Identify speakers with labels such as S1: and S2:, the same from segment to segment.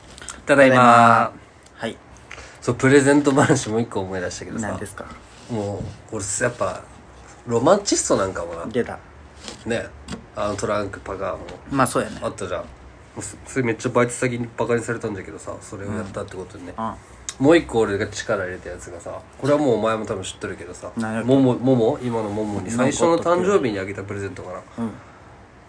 S1: ただいま
S2: ただいまはい。
S1: そうプレゼント話もう一個思い出したけど
S2: 何
S1: さ
S2: ですか
S1: もう俺やっぱロマンチストなんかもな
S2: 出た。
S1: ねあのトランクパガーも
S2: まあそうやね。
S1: あったじゃんそそれめっちゃバイト先にバカにされたんだけどさそれをやったってことにね、
S2: うん。
S1: もう一個俺が力入れたやつがさこれはもうお前も多分知っとるけどさ
S2: 何やっけ
S1: もももも今のももに最初の誕生日にあげたプレゼントかな、
S2: うん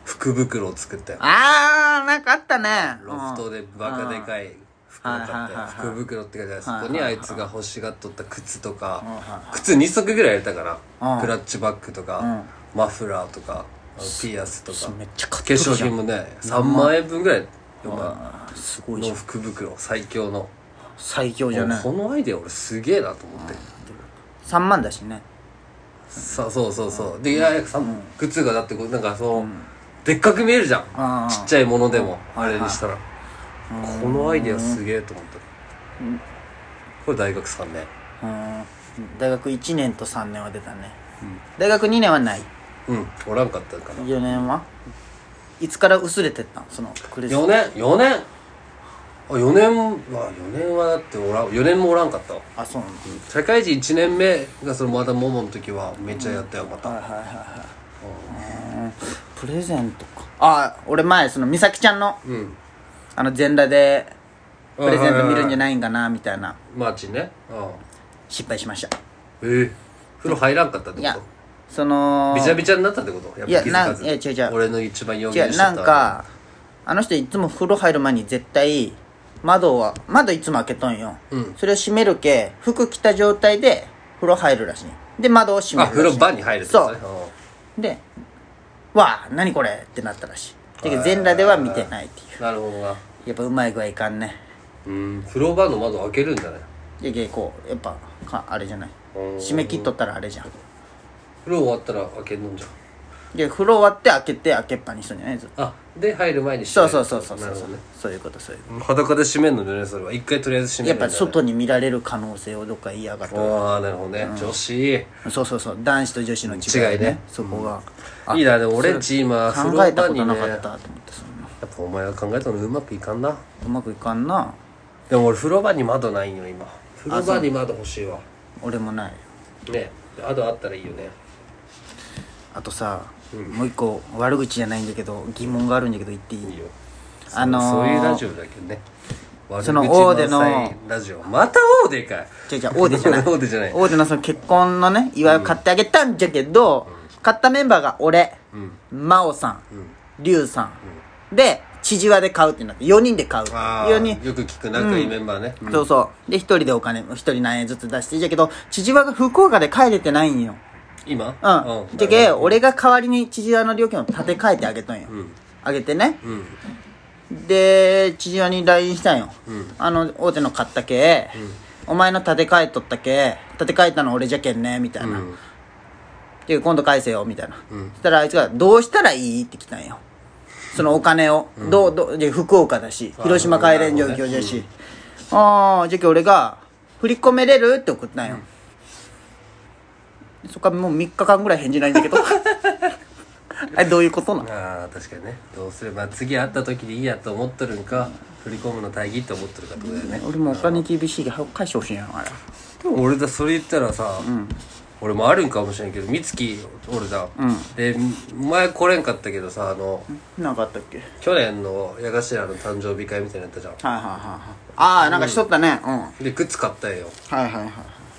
S1: 福袋を作ったよ
S2: あー、なんかあったね。
S1: ロフトでバカでかい服を買
S2: は
S1: っ
S2: いはい
S1: て
S2: はいはい
S1: 福袋って書いてあるそ
S2: はいはいはい
S1: こにあいつが欲しがっとった靴とか
S2: は
S1: 靴2足ぐらい入れたから
S2: うん
S1: クラッチバッグとかマフラーとかピアスとか
S2: めっちゃ買
S1: 化
S2: っとるじ
S1: 粧
S2: ゃん
S1: 品もね3万円分ぐらい4万
S2: あーすごいじゃ
S1: の
S2: ん。
S1: 福袋最強の
S2: 最強じゃない
S1: こ。のアイデア俺すげえなと思って
S2: 3万だしね。
S1: さそうそうそうでいやさ靴がだってこうなんかそのでっかく見えるじゃ
S2: うんん
S1: ちっちゃいものでもあれにしたらこのアイデアすげえと思ったこれ大学3年
S2: うん。大学1年と3年は出たね。大学2年はない。
S1: うんおらんかったかな
S2: 4年はいつから薄れてったんそのクレス。
S1: 4年4年あ4年は4年はだっておらん4年もおらんかったわ
S2: あ、そうなんだ。
S1: 社会人1年目がそのまたももの時はめっちゃやったよまた、
S2: はいはいはいはいうんプレゼントかあ俺前その美咲ちゃんの,、
S1: ん
S2: あの全裸でプレゼント見るんじゃ
S1: い
S2: ないんかなみたいな
S1: マーチンねう
S2: 失敗しました
S1: んええ風呂入らんかったって
S2: い
S1: こ
S2: や
S1: と
S2: その
S1: びちゃびちゃになったってことやっぱ気づかず
S2: いやなんいや違う違う
S1: 俺の一番要求
S2: 違
S1: し
S2: う
S1: て
S2: な
S1: た
S2: んかあの人いつも風呂入る前に絶対窓は窓いつも開けとんよ、
S1: うん
S2: それを閉めるけ服着た状態で風呂入るらしいで窓を閉め
S1: あ
S2: るらし
S1: 風呂
S2: い
S1: 場に入るってことね
S2: で「わあ何これ!」ってなったらしいだけど全裸では見てないっていう
S1: うんなるほどな
S2: やっぱうまい具合いかんね
S1: うん風呂場の窓開けるんだね
S2: で結構やっぱかあれじゃない
S1: うん
S2: 締め切っとったらあれじゃん
S1: 風呂終わったら開けんのんじゃん
S2: で風呂終わって開けて開けっぱにしとんじゃないずっと
S1: あで入る前に閉
S2: そ
S1: め
S2: う
S1: る
S2: そうそうそ
S1: な
S2: うそう
S1: る
S2: そ
S1: ほ
S2: う、
S1: どね
S2: そういうことそういうこ
S1: 裸で閉めるのでねそれは一回とりあえず閉
S2: と
S1: め
S2: や
S1: る
S2: っ
S1: んだ
S2: ぱ
S1: ね
S2: 外に見られる可能性をどっか言いやがって
S1: ああなるほどね、女子
S2: そうそうそう男子と女子の違い
S1: 違いね
S2: ねそこがあ
S1: いいなでも俺んち今風呂
S2: 考
S1: 場
S2: え
S1: にね
S2: たことなかったと思ってそんな
S1: やっぱお前が考えたのうまくいかんな
S2: うまくいかんな
S1: でも俺風呂場に窓ないんよ今風呂場に窓欲しいわ
S2: 俺もない
S1: ねあとあったらいいよね
S2: あとさもう一個悪口じゃないんだけど疑問があるんだけど言っていい
S1: いいよ
S2: あのー
S1: そうそういうラジオだけどね
S2: その
S1: 悪口
S2: オーデの
S1: 満載ラジオまたオーデかい
S2: 違う違うオーデじ ゃない
S1: オーデじゃない
S2: オーデのその結婚のね祝いを買ってあげたんじゃけど、買ったメンバーが俺、真央さん、龍さん、で父輪で買うってなって4人で買う
S1: あ
S2: 4人
S1: ーよく聞く仲いいメンバーね、
S2: そうそうで1人でお金1人何円ずつ出してじゃけど父輪が福岡で帰れてないんよ
S1: 今
S2: うん、じゃけ俺が代わりに父親の料金を立て替えてあげとんよ、あげてね、で父親に LINE したんよ、あの大手の買ったけ、お前の立て替えとったけ立て替えたの俺じゃけんねみたいな、で今度返せよみたいな、そしたらあいつが「どうしたらいい?」って来たんよそのお金を、どうどうで福岡だし広島帰れん状況だし、ああじゃけ俺が「振り込めれる?」って送ったんよ、そっからもう3日間ぐらい返事ないんだ けどあれどういうことなの
S1: ああ確かにねどうすれば次会った時でいいやと思っとるんか振り込むの大義って思っとるかってことだよね
S2: 俺もお金厳しいけど早く返してほしいんやろあれ
S1: でも俺だそれ言ったらさ、俺もあるんかもしれんけど美月俺だ、で前来れんかったけどさあの
S2: なんかあったっけはい
S1: 去年の矢頭の誕生日会みたいなのやったじゃん
S2: はいはいはいああなんかしとったねうん、はい
S1: で靴買ったんよ
S2: はいはい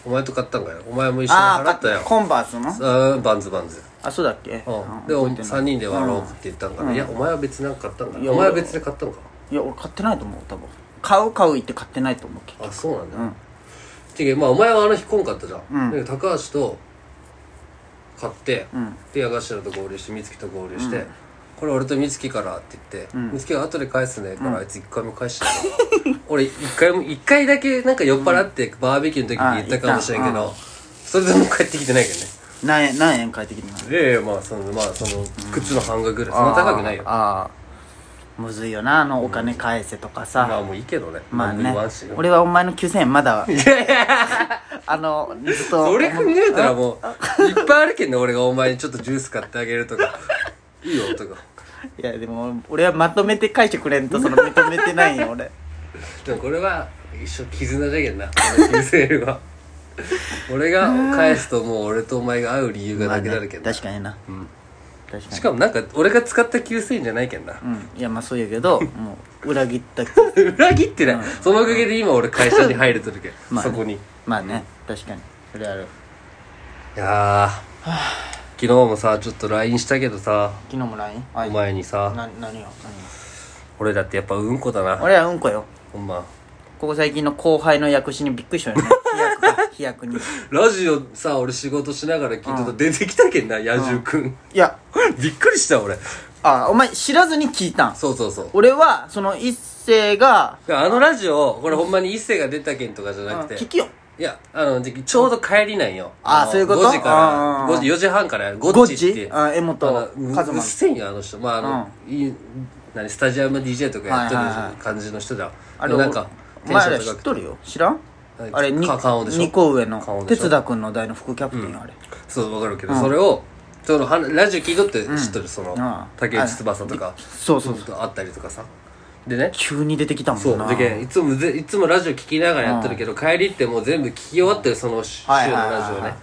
S1: お前と買ったんかよお前も一緒に
S2: あ
S1: 払
S2: あ
S1: ったよ
S2: コンバースの
S1: あーバンズバンズ
S2: あそうだっけ、
S1: うん
S2: うん
S1: でお3人で割ろうって言ったんかな、いやお前は別なんか買ったんか
S2: い
S1: な
S2: や
S1: お前は別で買ったのか
S2: いや俺買ってないと思う多分買う買う言って買ってないと思うけど
S1: あそうなんだ、ていうかまあお前はあの日来んかったじゃん、だけど高橋と買って、で矢頭と合流して美月と合流して、これ俺と美月からって言って、美月は後で返すねからあいつ一回も返してない、 俺一回も一回だけなんか酔っ払ってバーベキューの時に言ったかもしれんけ
S2: あ
S1: ど、それでも帰ってきてないけどね
S2: 何円何円返ってきてない
S1: いやいやまあそのまあその靴の半額ぐらい、そんな高くないよ
S2: ああむずいよなあのお金返せとかさ、
S1: まあもういいけどね
S2: まあ
S1: 何
S2: ね
S1: も言わんし
S2: 俺はお前の9000円 まだあのずっと
S1: それ考えたらもういっぱいあるけんね俺がお前にちょっとジュース買ってあげると かいいよとか
S2: いやでも俺はまとめて返してくれんとその認めてないよ俺
S1: でもこれは一生絆じゃけんなこの旧セールは俺が返すともう俺とお前が会う理由がなくなるけんな、
S2: 確かにな、
S1: ん
S2: 確かに
S1: しかもなんか俺が使った9000円じゃないけんな
S2: うんいやまあそうやけ どもう裏切った
S1: 裏切ってない、そのおかげで今俺会社に入れとるけん、
S2: まあね
S1: そこにい
S2: まあね確かにそれある
S1: やー昨日もさちょっと LINE したけどさ
S2: 昨日も LINE? は
S1: お前にさ
S2: な何よ
S1: 俺だってやっぱうんこだ
S2: 何
S1: な
S2: 俺らうんこよ
S1: ほんま
S2: ここ最近の後輩の役師にびっくり したよね飛躍か飛躍にい
S1: ラジオさ俺仕事しながら聞いてたら出てきたけんな野獣くん
S2: や
S1: びっくりした俺
S2: あお前知らずに聞いたん
S1: そうそうそう
S2: 俺はその一星が
S1: あのラジオこれほんまに一世が出たけんとかじゃ
S2: うん
S1: なくて
S2: 聞きよ
S1: いやあのじちょうど帰りなんよ
S2: あ
S1: の
S2: そういうこと
S1: 5時か
S2: あ
S1: ら
S2: ー
S1: 5時4時半からゴ
S2: ゴ
S1: ッ
S2: ッ
S1: チってい
S2: チ
S1: う
S2: あ江本
S1: あ
S2: 和
S1: のう
S2: 馬
S1: うっせえんよあの人まああの、い何スタジアム DJ とかやって
S2: はいはいはい
S1: る感じの人だ、
S2: あ
S1: で
S2: れ
S1: もなんか
S2: お前ら
S1: テンシ
S2: 知
S1: ョン高
S2: っ
S1: くて
S2: とるよ知らん
S1: はい
S2: あれに
S1: か顔でしょ
S2: 2個上の
S1: 顔でしょ
S2: 哲田君の代の副キャプテンよあれ
S1: そうわかるけど、それをそのはラジオ聞いとって知っとる、その
S2: ああ
S1: 竹内翼とか
S2: そうそう
S1: とあったりとかさでね
S2: 急に出てきたも
S1: そ
S2: んな
S1: うでけんいつもぜいつもラジオ聞きながらやってるけど、帰りってもう全部聞き終わってるそのし週の
S2: はいはいはいはい
S1: ラジオね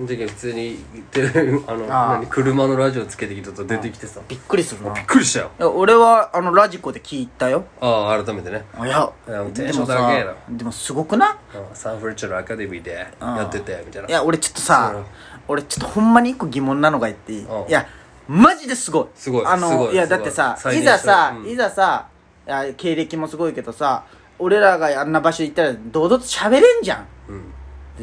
S1: でけん普通にテレ ビあの
S2: ああ
S1: 何車のラジオつけてきたと出てきてさび
S2: びっくりするな
S1: っくりしたよ
S2: いや俺はあのラジコで聞いたよ
S1: ああ改めてね
S2: いや
S1: いやテ
S2: で
S1: ンショ
S2: も
S1: ン高え
S2: さ
S1: な
S2: でもすごくない
S1: うんサンフレッチェのアカデミーでやっててみたいない
S2: や俺ちょっとさ俺ちょっとほんまに一個疑問なのが言っていいい
S1: うん
S2: やマジですごい
S1: すごい
S2: あ
S1: すご
S2: の
S1: い
S2: いや
S1: すご
S2: だ
S1: い
S2: ってさ
S1: 再
S2: い
S1: 現した
S2: ざさ
S1: うん
S2: いざさいや経歴もすごいけどさ俺らがあんな場所行ったら堂々と喋れんじゃ
S1: うん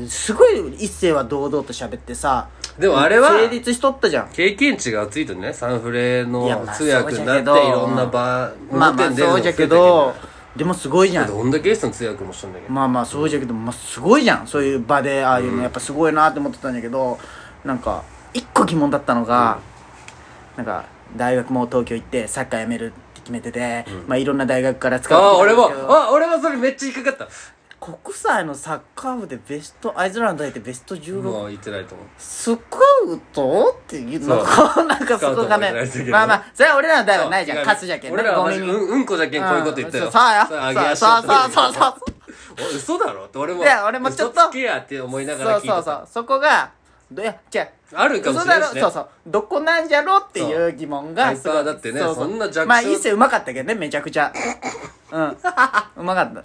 S2: んすごい一世は堂々と喋ってさ
S1: でもあれは
S2: 成立しとったじゃん
S1: 経験値が熱いとねサンフレの
S2: いやまあ
S1: 通訳になってい
S2: そうじゃけど
S1: ろんな場
S2: まあまあ
S1: 表に出るの
S2: そうじゃけどでもすごいじゃん
S1: どんだけゲストの通訳もしとんだけど
S2: まあまあそうじゃけど、まあ、すごいじゃんそういう場でああいうのやっぱすごいなって思ってたんだけど、なんか一個疑問だったのが、なんか大学も東京行ってサッカーやめるって決めてて、まあいろんな大学から使
S1: あ
S2: う
S1: あ俺
S2: てきた
S1: も
S2: んだけど
S1: あ俺もそれめっちゃ引っかかっ
S2: 国際のサッカー部でベストアイスランド入ってベスト
S1: た
S2: 16、
S1: もう言ってないと思う
S2: スカウトっていうのか なんかそこ
S1: スカウトも言
S2: がね
S1: ってないですけど
S2: まあまあそれは俺らの代はないじゃん
S1: そう
S2: 勝つじゃけん
S1: 俺らは
S2: ご
S1: マ
S2: め
S1: ジ
S2: ん
S1: うんうんこじゃけんこういうこと言ったよ
S2: そうや
S1: れあげ足
S2: そうそうそうそうそう
S1: う嘘だろって俺も
S2: いや俺もちょっと
S1: 嘘つけやって思いながら聞いてた
S2: そうそうそうそこがどいや違う
S1: あるかもしれないしね
S2: 嘘だろそうそうどこなんじゃろって
S1: そ
S2: いう疑問が
S1: ハイパー
S2: すごい
S1: だってね
S2: うう
S1: そんな弱小
S2: まあ一世うまかったけどねめちゃくちゃうんうまかった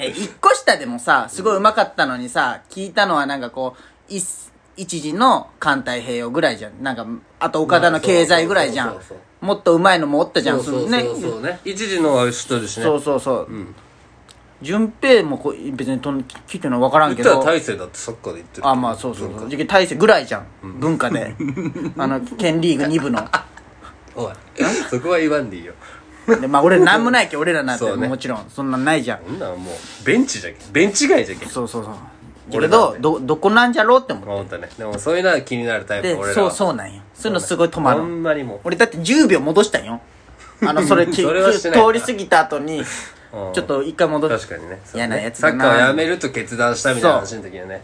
S2: え一個下でもさすごいうまかったのにさ聞いたのはなんかこう一一時の環太平洋ぐらいじゃんなんかあと岡田の経済ぐらいじゃ
S1: まあ
S2: ん
S1: そうそうそう
S2: もっとうまいのもおったじゃん
S1: そうそうそうそうね一時のは知っとるしね
S2: そうそうそう順平もこう別にとん聞いてるの分からんけ
S1: 言ったら
S2: ど
S1: 大勢だってサッカーで言ってる
S2: あまあそうそうそうじゃあ大勢ぐらいじゃん、文 化であの県リーグ2部の
S1: おい そこは言わんでいいよ
S2: でまあ俺なんもないけど俺らなんて
S1: そうね
S2: もちろんそんなんないじゃん
S1: そんなんもうベンチじゃけんベンチ外じゃけん
S2: そうそうそうだけ
S1: 俺らは
S2: ど
S1: ね
S2: どどこなんじゃろうって思っ
S1: 思ったねでもそういうのは気になるタイプ
S2: て
S1: 俺ら
S2: そう
S1: は
S2: そうなんよそういうのすごい止ま
S1: ほ
S2: る
S1: んまにもう
S2: 俺だって10秒戻したんよあのそれ き
S1: それはし
S2: 通
S1: ないな
S2: り過ぎた後にちょっと一回戻って
S1: 確かにね
S2: 嫌なやつ
S1: サ
S2: だ
S1: ッ
S2: な
S1: カーをやめると決断したみたいな話の時はね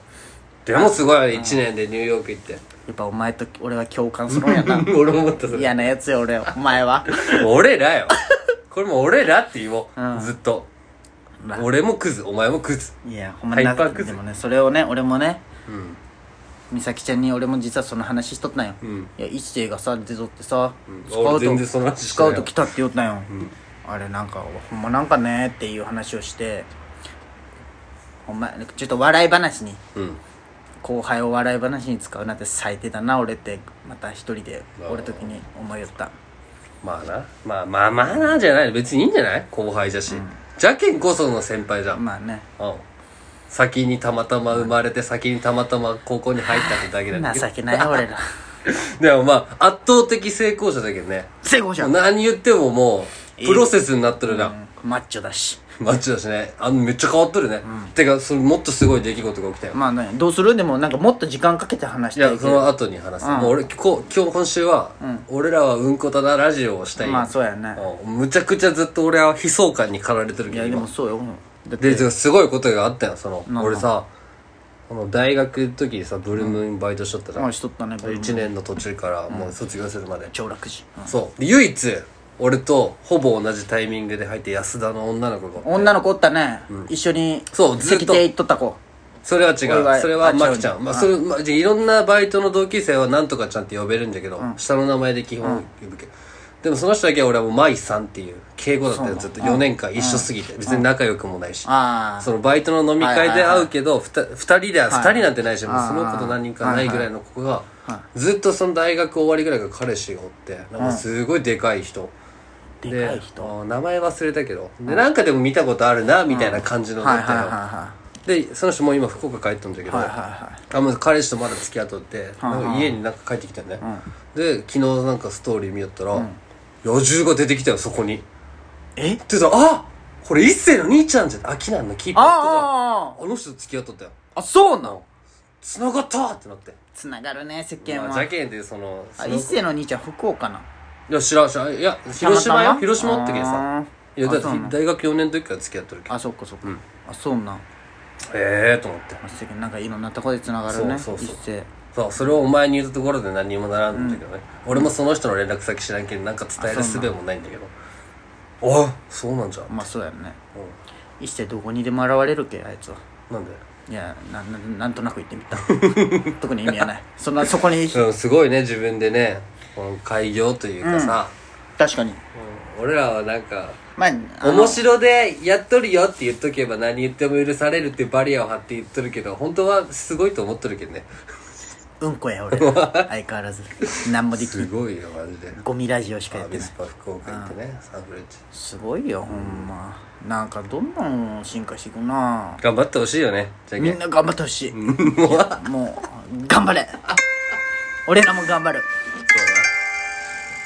S1: でもすごいよね1年でニューヨーク行って
S2: やっぱお前と俺は共感するんやな
S1: 俺も思った それ
S2: 嫌なやつよ俺お前は
S1: 俺らよこれもう俺らって言おうずっと
S2: まあ
S1: 俺もクズお前もクズ
S2: いやほんまにな
S1: ハイパークズ
S2: でもねそれをね俺もね美咲ちゃんに俺も実はその話しとったんよ、いや一星がさ出とってさ、スカ
S1: 俺
S2: ウ
S1: 全
S2: ト
S1: 然その話
S2: ス
S1: して
S2: カ
S1: ない
S2: ウト来たって言ったんよ、あれなんかほんまなんかねっていう話をしてほんまちょっと笑い話に
S1: うん
S2: 後輩を笑い話に使うなんて最低だな俺ってまた一人で俺時に思いよった
S1: まあなまあまあまあなじゃない別にいいんじゃない後輩じゃしじゃけんこその先輩じゃん
S2: まあね
S1: うん先にたまたま生まれて先にたまたま高校に入ったってだけだけど
S2: 情けないな俺 ら
S1: でもまあ圧倒的成功者だけどね
S2: 成功じゃん、
S1: 何言ってももうプロセスになってるな、
S2: うんマッチョだし
S1: マッチだしねあのめっちゃ変わっとるね、てかそれもっとすごい出来事が起きたよ、
S2: まあねどうするでもなんかもっと時間かけて話し
S1: い
S2: たい
S1: や
S2: け
S1: そ
S2: ど
S1: の後に話す、もう俺こ今日今週は、俺らはうんこだなラジオをしたい
S2: まあそうやね
S1: うんむちゃくちゃずっと俺は悲壮感に駆られてる
S2: い
S1: けど
S2: やでも
S1: 今
S2: そうよだって
S1: でですごいことがあったよその
S2: なんなん
S1: 俺さこの大学の時にさブルームにバイトしとったら、
S2: まあしとったね
S1: 1年の途中からもう卒業するまで、
S2: 長楽寺
S1: そうで唯一俺とほぼ同じタイミングで入って安田の女の子がおって
S2: 女の子おったね、一緒に
S1: そうずっと
S2: 席亭行っとった子
S1: それは違
S2: お祝
S1: う
S2: い
S1: それは
S2: あ
S1: マキちゃ、
S2: 違うんん
S1: ま
S2: だ
S1: あ、それ、まあ、じゃあいろんなバイトの同級生はなんとかちゃんって呼べるんだけど、下の名前で基本呼ぶけど、でもその人だけは俺はもうマイさんっていう敬語だったよずっと4年間一緒すぎて、別に仲良くもないし、
S2: ああ
S1: そのバイトの飲み会で会うけど、ふた二人では二
S2: い
S1: 人なんてないし、もう
S2: あー
S1: そのこと何人かないぐらいの子が、ずっとその大学終わりぐらいが彼氏がおって、なんかすごいでかい人。
S2: でかい人
S1: あー名前忘れたけど、で、なんかでも見たことあるな、みたいな感じの
S2: は
S1: だ
S2: い
S1: った
S2: はい
S1: よ。
S2: はいは
S1: でその人もう今福岡帰ったんだけど、
S2: はいはいは
S1: あもう彼氏とまだ付き合っとって、なんか家になんか帰ってきたよね、で昨日なんかストーリー見よったら、野獣が出てきたよそこに
S2: いえ
S1: ってさあこれ一世の兄ちゃんじゃんあきなんのキーパーだ
S2: ああ
S1: あの人と付き合っとったよ
S2: あそうなの
S1: 繋がったってなって
S2: つながるね世間
S1: まあ
S2: は
S1: じゃけんでその
S2: あ
S1: その
S2: 一世の兄ちゃん福岡ない
S1: や知らん知らんいや広島
S2: たまた
S1: よ
S2: ま
S1: 広島おったけど
S2: あ
S1: さ
S2: ー
S1: いやだっ
S2: あそうなの
S1: て大学4年の時から付き合っとるけど
S2: あそっかそっかあそうなん
S1: ええー、と思って
S2: あ世間なんかいろんなとこでつながるね
S1: そうそうそう
S2: 一世
S1: そうそれをお前に言うところで何にもならんんだけどね、俺もその人の連絡先知らんけんなんか伝える術もないんだけどあそうなんじゃん、
S2: まあそうやろね一世どこにでも現れるけあいつは
S1: なんで
S2: いやなななんとなく言ってみ た特に意味はないそんなそこに
S1: うんすごいね自分でねこの開業というかさ、
S2: 確かに
S1: うん俺らはなんか
S2: まああの
S1: 面白でやっとるよって言っとけば何言っても許されるっていうバリアを張って言っとるけど本当はすごいと思っとるけどね
S2: うんこや俺ら相変わらず何もでき
S1: す
S2: ん
S1: ごいよマジで
S2: ゴミラジオしかや
S1: ア
S2: って
S1: ビ
S2: な
S1: ス
S2: い
S1: パ福岡行ってねサンフレッチェ
S2: すごいよほんまなんかどんどん進化していくな
S1: 頑張ってほしいよねじゃ
S2: み
S1: け
S2: んな頑張ってほしいもう頑張 れ俺らも頑張る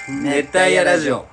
S1: そうだな熱帯夜ラジオ